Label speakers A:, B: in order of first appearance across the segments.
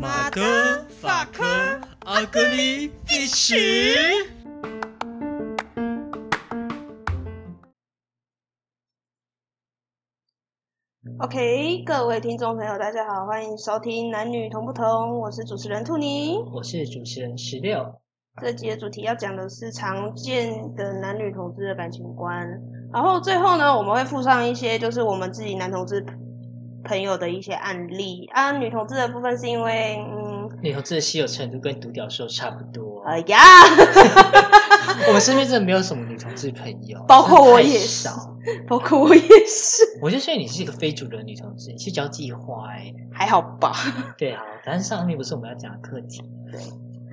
A: 马德法科阿格里历史。
B: OK，各位听众朋友，大家好，欢迎收听《男女同不同》，我是主持人兔妮。
A: 我是主持人十六。
B: 这集的主题要讲的是常见的男女同志的感情观，然后最后呢，我们会附上一些就是我们自己男同志朋友的一些案例啊。女同志的部分是因为，嗯，
A: 女同志的稀有程度跟独角兽差不多。
B: 哎呀，
A: 我们身边真的没有什么女同志朋友，
B: 包括我也
A: 真的太少。
B: 包括我也是，
A: 我就说你是一个非主流的女同志，你是交际花哎、
B: 还好吧？
A: 对，好，但是上面不是我们要讲的课题。对，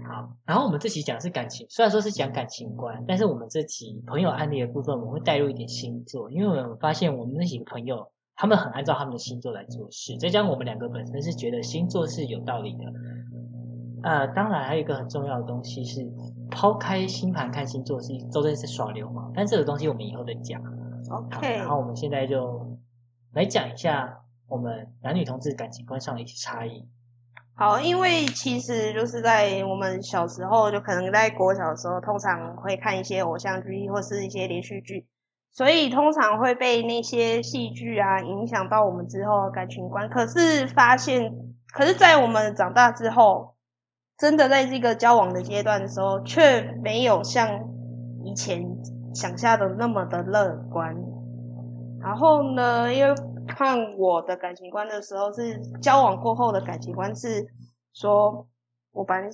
A: 好，然后我们这期讲的是感情，虽然说是讲感情观，但是我们这期朋友案例的部分，我们会带入一点星座，因为我们发现我们那几个朋友，他们很按照他们的星座来做事，再加上我们两个本身是觉得星座是有道理的。呃，当然还有一个很重要的东西是，抛开星盘看星座是都在是耍流氓，但这个东西我们以后再讲。好，
B: OK，
A: 然后我们现在就来讲一下我们男女同志感情观上的一些差异。
B: 好，因为其实就是在我们小时候，就可能在国小的时候，通常会看一些偶像剧或是一些连续剧，所以通常会被那些戏剧啊影响到我们之后的感情观。可是发现，可是在我们长大之后，真的在这个交往的阶段的时候，却没有像以前想象的那么的乐观。然后呢，因为看我的感情观的时候，是交往过后的感情观是说，我本来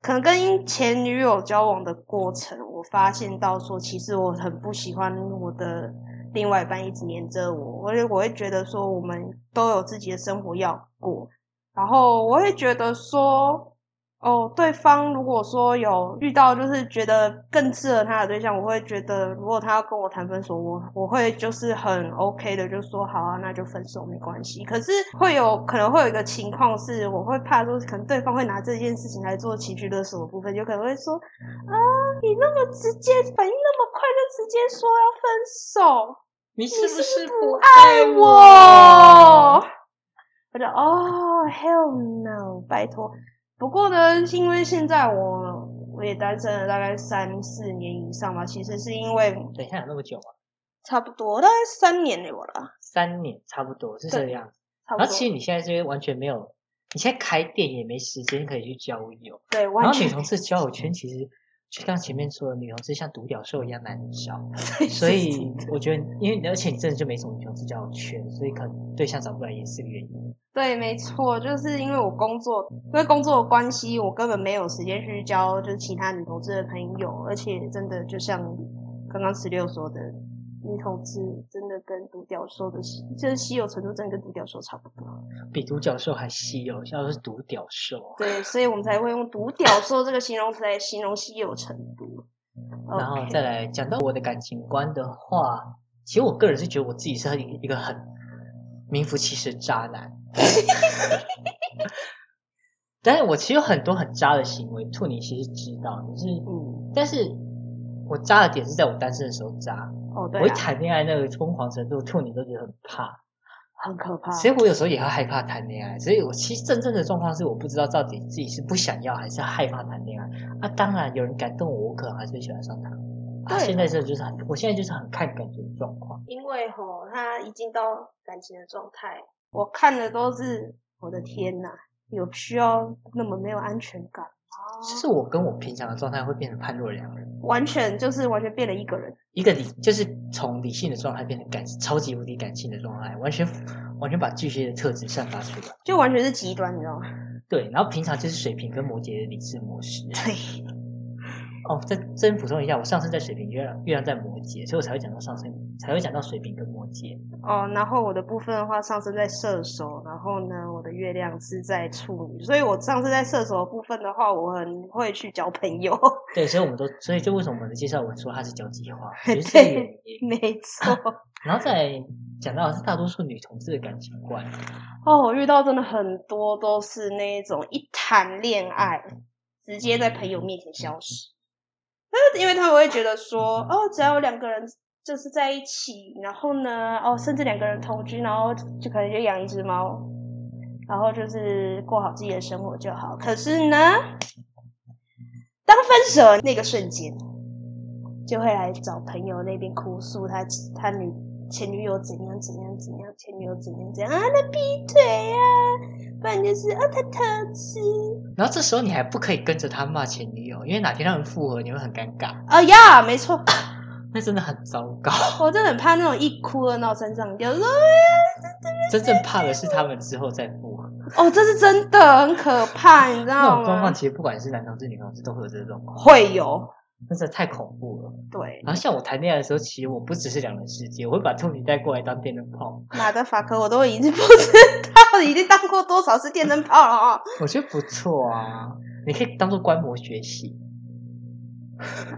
B: 可能跟前女友交往的过程，我发现到说，其实我很不喜欢我的另外一半一直黏着我，我就我会觉得说，我们都有自己的生活要过，然后我会觉得说。哦，对方如果说有遇到就是觉得更适合他的对象，我会觉得如果他要跟我谈分手，我我会就是很 OK 的，就说好啊，那就分手没关系。可是会有可能会有一个情况是，我会怕说可能对方会拿这件事情来做情绪勒索的部分，有可能会说啊，你那么直接，反应那么快，就直接说要分手，
A: 你是
B: 是不
A: 不
B: 是
A: 是
B: 不
A: 不
B: 爱
A: 爱
B: 我
A: 我？？
B: 我就哦，hell no，拜托。不过呢，因为现在我我也单身了大概三四年以上吧，其实是因为
A: 等一下有那么久吗？
B: 差不多大概三年了啦，
A: 三年差不多是这个样子。
B: 差不
A: 然后其
B: 多。
A: 实你现在就是完全没有，你现在开店也没时间可以去交友。
B: 对，
A: 然
B: 完
A: 后女
B: 全
A: 同志交友圈其实就像前面说的，女同志像独角兽一样难找，
B: 对
A: 所
B: 嗯是
A: 以我觉得，因为而且你真的就没什么女同志交友圈，所以可能对象找不来也是个原因。
B: 对，没错，就是因为我工作，因为工作的关系，我根本没有时间去交就是其他女同志的朋友，而且真的就像刚刚十六说的，女同志真的跟独角兽的稀，就是稀有程度真的跟独角兽差不多。
A: 比独角兽还稀有，像是独角兽。啊
B: 对，所以我们才会用独角兽这个形容词来形容稀有程度。
A: 然后
B: OK
A: 再来讲到我的感情观的话，其实我个人是觉得我自己是一个一个很名副其实的渣男， 但是我其实有很多很渣的行为，兔你其实知道，就是
B: 嗯，
A: 但是我渣的点是在我单身的时候渣，
B: 哦对
A: 我一
B: 啊，
A: 谈恋爱那个疯狂程度，兔你都觉得很怕，
B: 很可怕。
A: 所以我有时候也会害怕谈恋爱，所以我其实真正的状况是我不知道到底自己是不想要还是害怕谈恋爱。啊，当然有人感动我，我可能还是会喜欢上他。啊，
B: 对
A: 现在这就是很，我现在就是很看感觉的状况。
B: 因为吼，他已经到感情的状态，我看的都是我的天呐，有需要那么没有安全感吗？
A: 就是我跟我平常的状态会变成判若两人，
B: 完全就是完全变了一个人，
A: 一个理就是从理性的状态变成感超级无敌感性的状态，完全完全把巨蟹的特质散发出来。
B: 就完全是极端，你知道吗？
A: 对，然后平常就是水瓶跟摩羯的理智模式。
B: 对，
A: 哦，再真补充一下，我上升在水瓶，月亮月亮在摩羯，所以我才会讲到上升，才会讲到水瓶跟摩羯。
B: 哦，然后我的部分的话，上升在射手，然后呢，我的月亮是在处女，所以我上升在射手的部分的话，我很会去交朋友，
A: 对，所以我们都，所以就为什么我们的介绍文说它是交际花，
B: 对
A: 也是这个原因。
B: 没错。
A: 然后再讲到的是大多数女同志的感情观，
B: 哦，我遇到真的很多都是那一种一谈恋爱，直接在朋友面前消失。那因为他们会觉得说，哦，只要有两个人就是在一起，然后呢，哦，甚至两个人同居，然后就可能就养一只猫，然后就是过好自己的生活就好。可是呢，当分手的那个瞬间，就会来找朋友那边哭诉他他女前女友怎样怎样怎样，前女友怎样怎样啊，他劈腿啊，不然就是哦他偷吃，
A: 然后这时候你还不可以跟着他骂前女友，因为哪天他们复合，你会很尴尬，
B: 哦呀，没错。
A: 那真的很糟糕。
B: 我真的很怕那种一哭二闹三上吊，说
A: 真正怕的是他们之后再复合，
B: 哦，这是真的很可怕，你知
A: 那
B: 道
A: 种状
B: 吗
A: 况？其实不管是男同志、女同志都会有这种，
B: 会有，
A: 真的太恐怖了。
B: 对，
A: 然后像我谈恋爱的时候，其实我不只是两人世界，我会把兔女带过来当电灯泡。
B: 哪个法科我都已经不知道，已经当过多少次电灯泡了啊、
A: 我觉得不错啊，你可以当做观摩学习，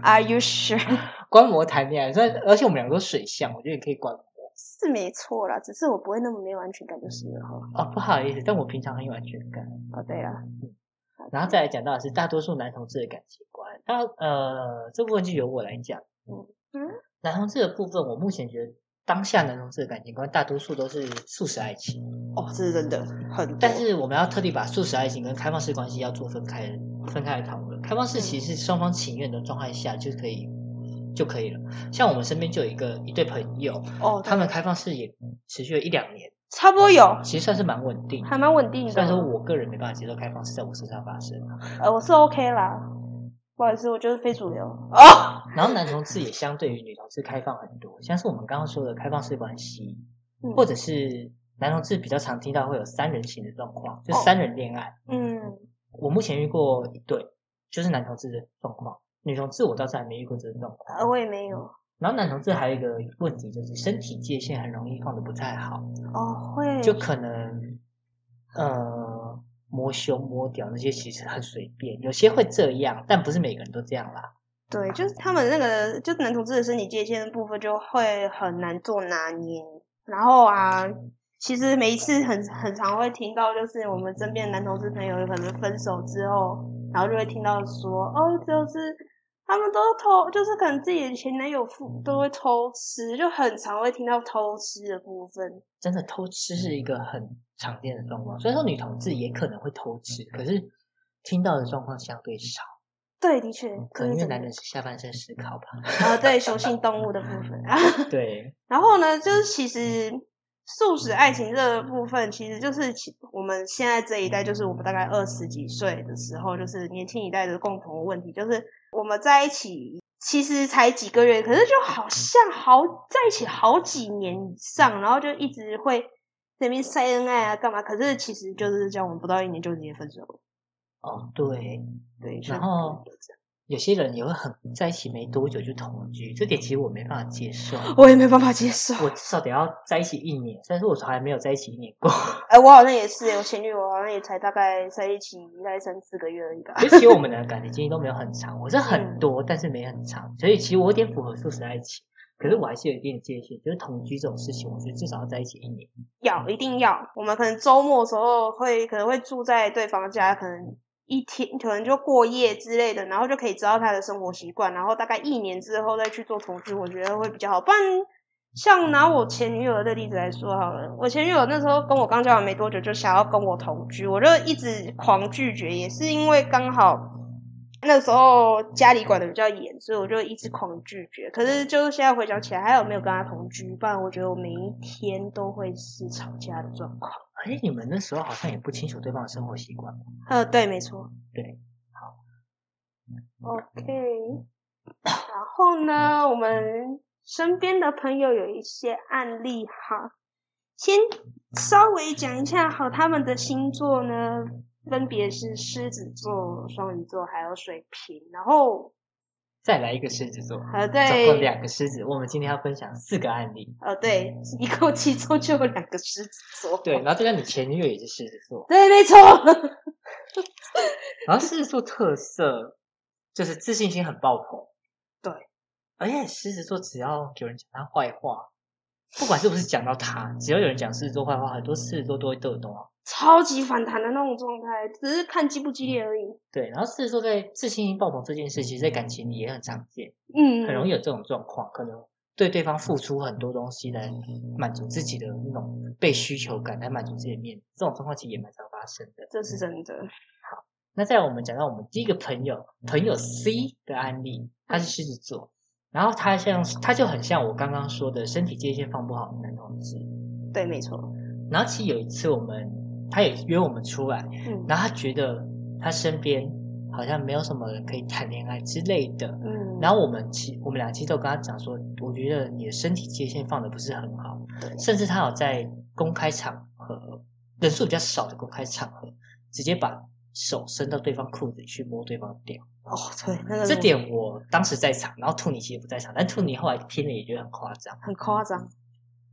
B: Are you sure？
A: 观摩谈恋爱。虽然而且我们两个都水象，我觉得你可以观摩。
B: 是没错啦，只是我不会那么没有安全感就是了哈。
A: 哦，不好意思，但我平常很有安全感。
B: 哦，对了，
A: 然后再来讲到的是大多数男同志的感情观，那呃这部分就由我来讲。
B: 嗯嗯
A: 男同志的部分，我目前觉得当下男同志的感情观大多数都是素食爱情，
B: 哦，这是真的很多，
A: 但是我们要特地把素食爱情跟开放式关系要做分开分开来讨论。开放式其实是双方情愿的状态下就可以就可以了。像我们身边就有一个一对朋友，
B: 哦，
A: 他们开放式也持续了一两年，
B: 差不多有，
A: 其实算是蛮稳定。
B: 还蛮稳定
A: 虽然说
B: 的。
A: 我个人没办法接受开放式在我身上发生，
B: 呃，我是 OK 啦，不好意思，我就是非主流哦。
A: 然后男同志也相对于女同志开放很多，像是我们刚刚说的开放式关系，
B: 嗯
A: 或者是男同志比较常听到会有三人行的状况，就是
B: 哦
A: 三人恋爱。
B: 嗯，
A: 我目前遇过一对，就是男同志的状况，女同志我倒是还没遇过这个状况。
B: 呃，我也没有。
A: 然后男同志还有一个问题就是身体界限很容易放的不太好，
B: 哦，会
A: 就可能呃摸胸摸屌那些其实很随便，有些会这样，但不是每个人都这样啦。
B: 对，
A: 嗯
B: 就是他们那个就男同志的身体界限的部分就会很难做拿捏。然后啊，
A: 嗯
B: 其实每一次很很常会听到，就是我们身边的男同志朋友有可能分手之后，然后就会听到说，哦，就是他们都偷，就是可能自己的前男友父都会偷吃，就很常会听到偷吃的部分。
A: 真的偷吃是
B: 嗯
A: 一个很常见的状况。虽然说女同志也可能会偷吃，可是听到的状况相对少，
B: 对，的确，
A: 哦可能因
B: 这
A: 为
B: 是
A: 男
B: 嗯真
A: 人是下半身思考吧。
B: 的啊，对，雄性动物的部分 啊。
A: 对，
B: 然后呢，就是其实素食爱情这个部分，其实就是其我们现在这一代，就是我们大概二十几岁的时候，就是年轻一代的共同问题，就是我们在一起其实才几个月，可是就好像好在一起好几年以上，然后就一直会在那边晒恩爱啊，干嘛？可是其实就是这样，我们不到一年就直接分手了。
A: 哦对，
B: 对，就是
A: 然后有些人也会很在一起没多久就同居，这点其实我没办法接受。
B: 我也没办法接受。
A: 我至少得要在一起一年，虽然说我从来没有在一起一年过，
B: 哎、我好像也是，我前女友好像也才大概在一起大概三四个月而已吧。
A: 所以其实我们的感情经历都没有很长，我是很多，但是没很长，所以其实我有点符合素食爱情，可是我还是有一定的界限，就是同居这种事情，我觉得至少要在一起一年。
B: 要一定要，我们可能周末的时候会可能会住在对方家，可能一天可能就过夜之类的，然后就可以知道他的生活习惯，然后大概一年之后再去做同居，我觉得会比较好。不然像拿我前女友的这例子来说好了，我前女友那时候跟我刚交往没多久就想要跟我同居，我就一直狂拒绝，也是因为刚好。那时候家里管的比较严，所以我就一直狂拒绝。可是就是现在回想起来，还有没有跟他同居？不然我觉得我每一天都会是吵架的状况。
A: 而哎且你们那时候好像也不清楚对方的生活习惯。
B: 呃，对，没错，
A: 对，
B: 好，OK。然后呢，我们身边的朋友有一些案例哈，先稍微讲一下好他们的星座呢，分别是狮子座、双鱼座还有水瓶。然后
A: 再来一个狮子座，
B: 呃，
A: 总共
B: 对，
A: 两个狮子。我们今天要分享四个案例。
B: 呃，对，一口气中就有两个狮子座。
A: 对，然后再加你前女友也是狮子座，
B: 对，没错。
A: 然后狮子座特色就是自信心很爆棚。
B: 对，
A: 而且狮子座只要有人讲他坏话，不管是不是讲到他，只要有人讲狮子座坏话，很多狮子座都会都有动摇。
B: 超级反弹的那种状态，只是看激不激烈而已。
A: 对，然后狮子座在自信心爆棚这件事，其实在感情里也很常见，
B: 嗯，
A: 很容易有这种状况，可能对对方付出很多东西来
B: 嗯
A: 满足自己的那种被需求感，来满足自己的面子，这种状况其实也蛮常发生的。嗯
B: 这是真的。
A: 那再来我们讲到我们第一个朋友朋友 C 的案例，
B: 嗯
A: 他是狮子座，然后他像他就很像我刚刚说的身体界限放不好的男同志。
B: 对，没错。
A: 然后其实有一次我们他也约我们出来，
B: 嗯
A: 然后他觉得他身边好像没有什么人可以谈恋爱之类的，
B: 嗯，
A: 然
B: 后
A: 后我们其我们俩其实都跟他讲说，我觉得你的身体界限放的不是很好，
B: 对
A: 甚至他有在公开场合人数比较少的公开场合，直接把手伸到对方裤子里去摸对方屌。
B: 哦，对，那个
A: 这
B: 是
A: 点我当时在场，然后兔尼其实不在场，但兔尼后来听了也觉得很夸张。
B: 很夸张。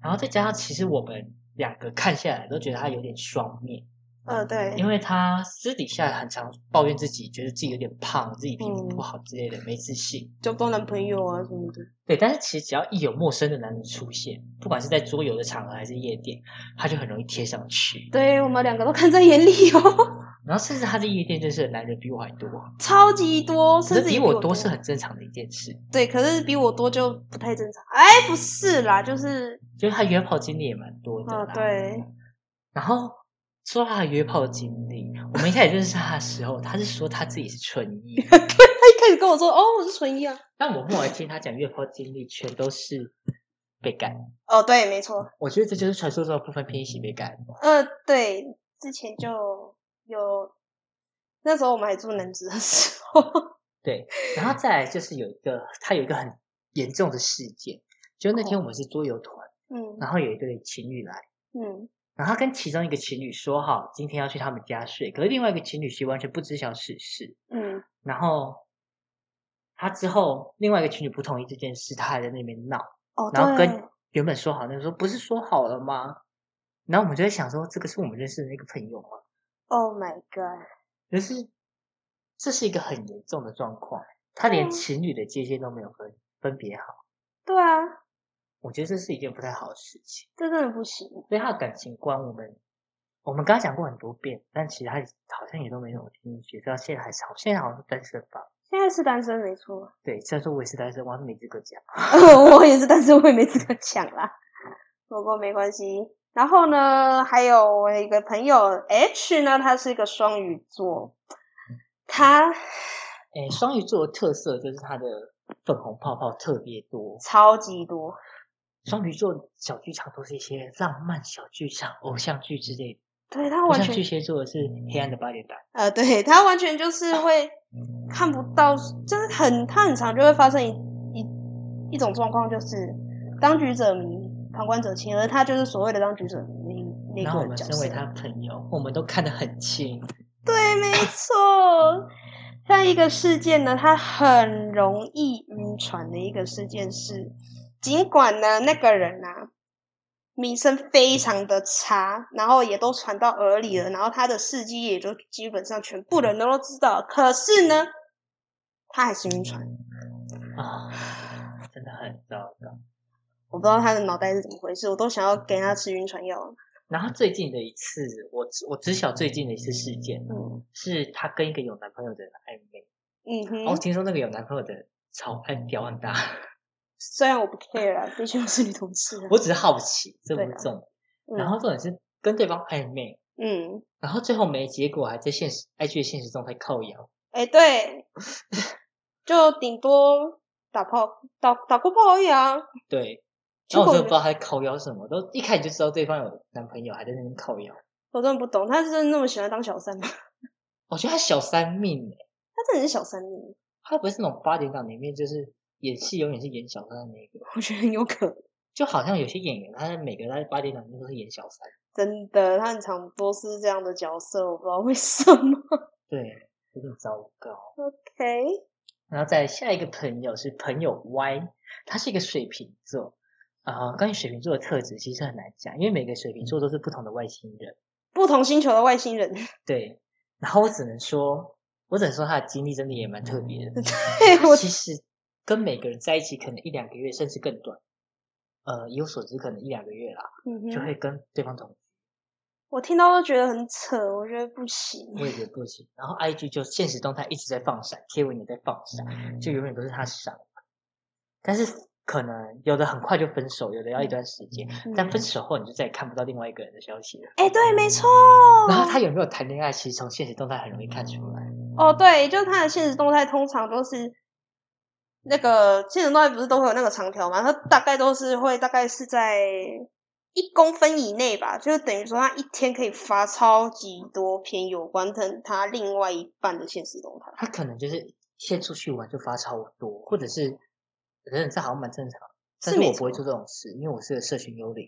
A: 然后再加上，其实我们两个看下来都觉得他有点双面，
B: 呃，对，
A: 因为他私底下很常抱怨自己，觉得自己有点胖，自己皮肤不
B: 嗯
A: 好之类的，没自信。
B: 就交男朋友啊什么的，
A: 对，但是其实只要一有陌生的男人出现，不管是在桌游的场合还是夜店，他就很容易贴上去。
B: 对我们两个都看在眼里哦，
A: 然后甚至他在夜店认识的男人比我还多，
B: 超级多，甚
A: 这
B: 至
A: 比
B: 也
A: 我
B: 多
A: 多是很正常的一件事。
B: 对，可是比我多就不太正常。哎，不是啦，就是
A: 就是他约炮经历也蛮多的
B: 呃，
A: 啦。。
B: 对，
A: 然后说到他的约炮经历，我们一开始认识他的时候，他是说他自己是纯一，
B: 他一开始跟我说，哦，我是纯一啊，
A: 但我后来听他讲约炮经历，全都是被干。
B: 哦，对，没错，
A: 我觉得这就是传说中的部分偏喜被干。
B: 呃，对，之前就有，那时候我们还住南职的时候，
A: 对，然后再来就是有一个，他有一个很严重的事件，就那
B: 哦
A: 天我们是桌游团，
B: 嗯
A: 然后有一对情侣来，
B: 嗯，
A: 然后他跟其中一个情侣说好今天要去他们家睡，可是另外一个情侣其实完全不知晓此事，
B: 嗯，
A: 然后他之后另外一个情侣不同意这件事，他还在那边闹，
B: 哦，
A: 然后
B: 对
A: 跟，原本说好那个说不是说好了吗？然后我们就在想说，这个是我们认识的那个朋友吗？
B: ，Oh my god，
A: 可是这是一个很严重的状况，他连
B: 嗯
A: 情侣的界限都没有分分别好。
B: 对啊，
A: 我觉得这是一件不太好的事情。
B: 这真的不行，
A: 所以他的感情观，我们我们刚刚讲过很多遍，但其实他好像也都没怎么听进去，到现在还是好，现在好像是单身吧？
B: 现在是单身没错，
A: 对，虽然说我也是单身，我还是没资格讲。
B: 我也是单身，我也没资格讲啦，不过没关系。然后呢，还有我一个朋友 H 呢，他是一个双鱼座，他
A: 诶，双鱼座的特色就是他的粉红泡泡特别多。
B: 超级多，
A: 双鱼座小剧场都是一些浪漫小剧场、偶像剧之类的。
B: 对他
A: 不
B: 完
A: 像
B: 全嗯
A: 巨蟹座的是黑暗的八点档，
B: 呃，对他完全就是会看不到，就是很他很常就会发生一一一种状况，就是当局者迷，旁观者清，而他就是所谓的当局者迷
A: 然
B: 那那
A: 后我
B: 个
A: 们
B: 角
A: 身为
B: 色。
A: 他的朋友，我们都看得很清。
B: 对，没错。像一个事件呢，它很容易晕船的一个事件是，尽管呢那个人啊名声非常的差，然后也都传到耳里了，然后他的事迹也就基本上全部人都知道，可是呢，他还是晕船。
A: 啊，真的很糟糕。
B: 我不知道他的脑袋是怎么回事，我都想要给他吃晕船药了。
A: 然后最近的一次，我知我知晓最近的一次事件
B: 嗯
A: 是她跟一个有男朋友的人暧昧。
B: 嗯哼，
A: 哦，听说那个有男朋友的人超爱屌很大，
B: 虽然我不 care 啦，毕竟我是女同事啊。
A: 我只是好奇，这不是
B: 对啊
A: 重点。
B: 嗯
A: 然后重点是跟对方暧昧，
B: 嗯，
A: 然后最后没结果，还在现实 IG 的现实中态靠摇。
B: 哎、对，就顶多打炮，打打过炮而已啊。
A: 对，
B: 结
A: 然后我
B: 果
A: 真的不知道他在靠摇哦什么，都一开始就知道对方有男朋友，还在那边靠摇。
B: 我真的不懂，他是真的那么喜欢当小三吗？
A: 我觉得他小三命、欸，
B: 他真的是小三欸命，
A: 他不是那种八点档里面就是演戏永远是演小三的那个。
B: 我觉得很有可能。
A: 就好像有些演员，他每个在八点档里面都是演小三。
B: 真的，他很常多是这样的角色，我不知道为什么。
A: 对，有点糟糕。
B: OK，
A: 然后再下一个朋友是朋友 Y，他是一个水瓶座。啊、关于水瓶座的特质其实很难讲，因为每个水瓶座都是不同的外星人。
B: 不同星球的外星 人，
A: 对，然后我只能说，我只能说他的经历真的也蛮特别的。
B: 嘿
A: 他
B: 我
A: 其实跟每个人在一起可能一两个月，甚至更短。呃，以我所知，可能一两个月啦，
B: 嗯
A: 就
B: 哼，
A: 会跟对方同居。
B: 我听到都觉得很扯，我觉得不行。
A: 我也觉得不行。然后 IG 就现实动态一直在放闪，贴文也在放闪，就永远都是他闪。但是可能有的很快就分手，有的要一段时间，
B: 嗯
A: 但分手后你就再也看不到另外一个人的消息了。
B: 哎、对，没错。
A: 然后他有没有谈恋爱，其实从现实动态很容易看出来。
B: 哦，对，就是他的现实动态通常都是那个现实动态不是都会有那个长条嘛？它大概都是会大概是在一公分以内吧，就是等于说他一天可以发超级多篇有关他他另外一半的现实动态。
A: 他可能就是先出去玩就发超多，或者是，等等，这好像蛮正常的。但是
B: 是没
A: 我不会
B: 错
A: 做
B: 哦
A: 这种事，因为我是个社群幽灵。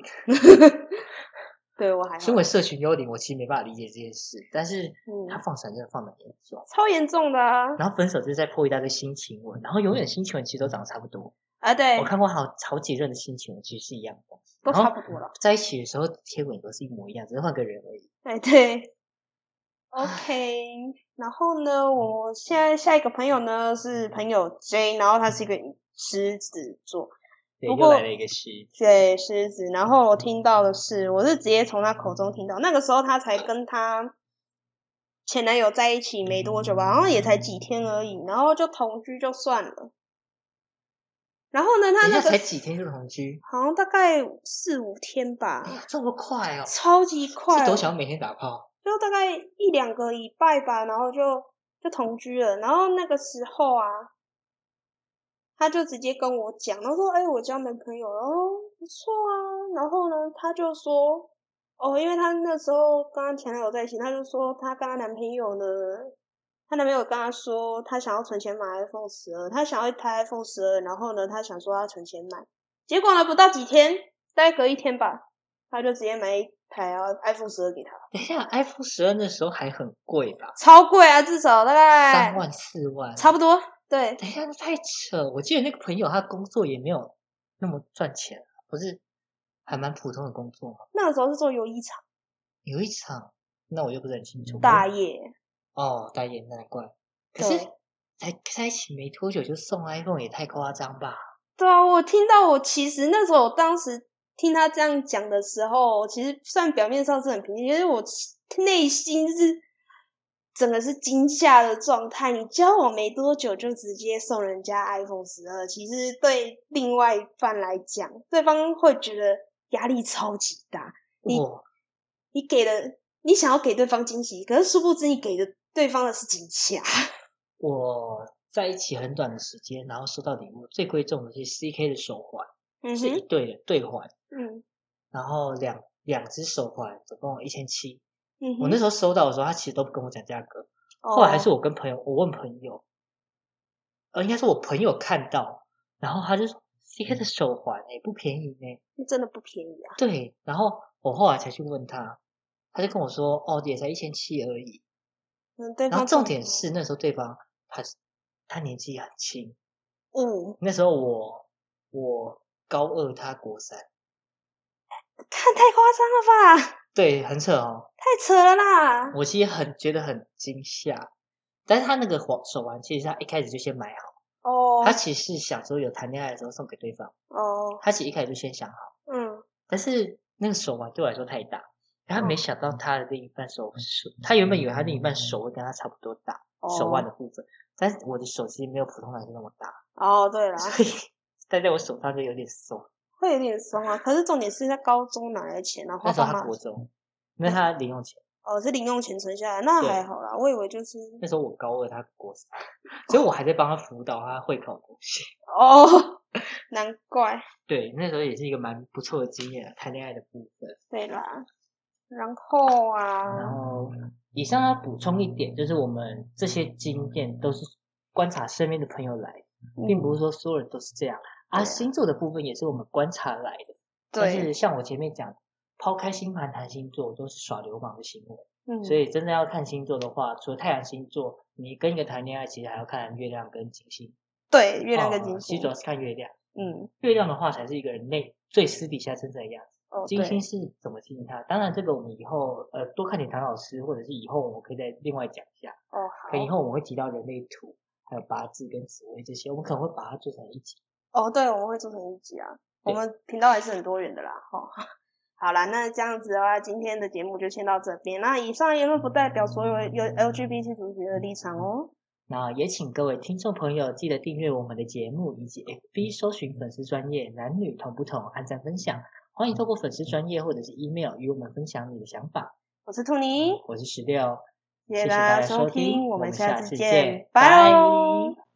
B: 对我还好
A: 身，为社群幽灵，我其实没办法理解这件事。但是他
B: 嗯，
A: 放闪真的放的严重，
B: 超严重的啊！
A: 然后分手就是在破一大堆新情文，然后永远新情文其实都长得差不多。
B: 啊，嗯对
A: 我，看过啊好好几任的新情文，其实是一样的东西。
B: 都
A: 然
B: 差
A: 后
B: 不多了。
A: 在一起的时候贴文都是一模一样，只是换个人而已。
B: 哎，对，OK。然后呢，我现在下一个朋友呢是朋友 J，然后他是一个狮子座，
A: 对，
B: 不
A: 又来
B: 过
A: 了一个新。
B: 对，狮子。然后我听到的是，我是直接从他口中听到，那个时候他才跟他前男友在一起没多久吧，好像也才几天而已，然后就同居就算了。然后呢，他
A: 人
B: 那
A: 家才
B: 个
A: 几天就同居，
B: 好像大概四五天吧
A: 哎，呀，这么快哦！
B: 超级啊快
A: 是
B: 哦，
A: 多想每天打炮？
B: 就大概一两个礼拜吧，然后就就同居了。然后那个时候啊，他就直接跟我讲，他说：“哎、我交男朋友了，哦，不错啊。”然后呢，他就说：“哦，因为他那时候跟他前男友在一起，他就说他跟他男朋友呢，她男朋友跟她说，他想要存钱买 iPhone 十二，他想要一台 iPhone 十二，然后呢，他想说他存钱买，结果呢，不到几天，大概隔一天吧，他就直接买一台啊 iPhone 十二给他。”
A: 等一下，iPhone 十二那时候还很贵吧？
B: 超贵啊，至少大概
A: 三万、四万，
B: 差不多。对，
A: 等一下，这太扯！我记得那个朋友他工作也没有那么赚钱，啊不是还蛮普通的工作吗？
B: 那个时候是做游艺场
A: 有一场，那我就不是很清楚。
B: 大
A: 我
B: 业，
A: 哦，大爷难怪。可是
B: 对
A: 才在一起没多久就送 iPhone 也太夸张吧？
B: 对啊，我听到我其实那时候我当时听他这样讲的时候，其实算表面上是很平静，因为我内心是整个是惊吓的状态。你交往没多久就直接送人家 iPhone 十二，其实对另外一半来讲，对方会觉得压力超级大。你
A: 哇，
B: 你给了，你想要给对方惊喜，可是殊不知你给的对方的是惊吓。
A: 我在一起很短的时间，然后收到礼物最贵重的是 CK 的手环，
B: 嗯
A: 是一
B: 哼，
A: 对的对环，
B: 嗯
A: 然后两两只手环总共一千七。
B: 嗯哦
A: 我那时
B: 候
A: 候收到的时候，他其实都不跟我讲价格，后来还是我跟朋友，我问朋友，呃，应该是我朋友看到，然后他就说 CK
B: 嗯
A: 的手环哎、不便宜呢、
B: 真的不便宜啊。
A: 对，然后我后来才去问他，他就跟我说哦也才一千七而已。
B: 嗯，对
A: 然后
B: 方
A: 重点，是那时候对方他他年纪很轻，
B: 嗯，
A: 那时候我我高二，他国三，
B: 看太夸张了吧，
A: 对，很扯哦。
B: 太扯了啦。
A: 我其实很觉得很惊吓，但是他那个手手环其实他一开始就先买好，
B: 哦
A: 他其实是想说有谈恋爱的时候送给对方，
B: 哦，
A: 他其实一开始就先想好。
B: 嗯
A: 但是那个手环对我来说太大，然后没
B: 嗯
A: 想到他的另一半手手，他原本以为他另一半手会跟他差不多大，
B: 哦
A: 手腕的部分，但是我的手其实没有普通男生那么大，
B: 哦，对啦，
A: 所以戴在我手上就有点松。
B: 会有点松啊。可是重点是在高中哪来的钱啊？然后
A: 那时候
B: 爸妈
A: 他国中，那他零用钱，
B: 哦是零用钱存下来，那
A: 对
B: 还好啦。我以为就是
A: 那时候我高二，他国三，所以我还在帮他辅导他会考的东西。
B: 哦，难怪
A: 对，那时候也是一个蛮不错的经验啊，谈恋爱的部分。
B: 对啦。然后
A: 然
B: 啊，
A: 后以上要补充一点，就是我们这些经验都是观察身边的朋友来的
B: 嗯
A: 并不是说所有人都是这样
B: 对啊
A: 啊。星座的部分也是我们观察来的，但
B: 对
A: 是，像我前面讲，抛开星盘谈星座都是耍流氓的行为，
B: 嗯
A: 所以真的要看星座的话，除了太阳星座，你跟一个谈恋爱，其实还要看月亮跟金星。
B: 对月亮
A: 哦
B: 跟金
A: 其
B: 星
A: 实主，要是看月亮，
B: 嗯，
A: 月亮的话才是一个人内最私底下真正的样子。
B: 哦，
A: 金
B: 对，
A: 星是怎么吸引他？当然，这个我们以后呃多看点唐老师，或者是以后我们可以再另外讲一下。
B: 哦，
A: 可能以
B: 好，
A: 后我们会提到人类图、还有八字跟紫微这些，我们可能会把它做成一集。
B: 哦，对，我们会做成一集啊，我
A: 对
B: 们频道还是很多元的啦，哈、 好啦，那这样子的话，今天的节目就先到这边。那以上言论不代表所有有 LGBT 族群的立场哦。
A: 那也请各位听众朋友记得订阅我们的节目，以及
B: 嗯
A: FB 搜寻粉丝专业男女同不同，按赞分享。欢迎透过粉丝专业或者是 email 与我们分享你的想法。
B: 我是兔妮，
A: 我是十六，
B: 嗯谢谢
A: 谢
B: 大
A: 大
B: 家
A: 家
B: 收
A: 收
B: 听，
A: 听
B: 我
A: 我
B: 们
A: 们
B: 下
A: 下
B: 次
A: 次
B: 见
A: 见，
B: 拜
A: 拜
B: 哦喽。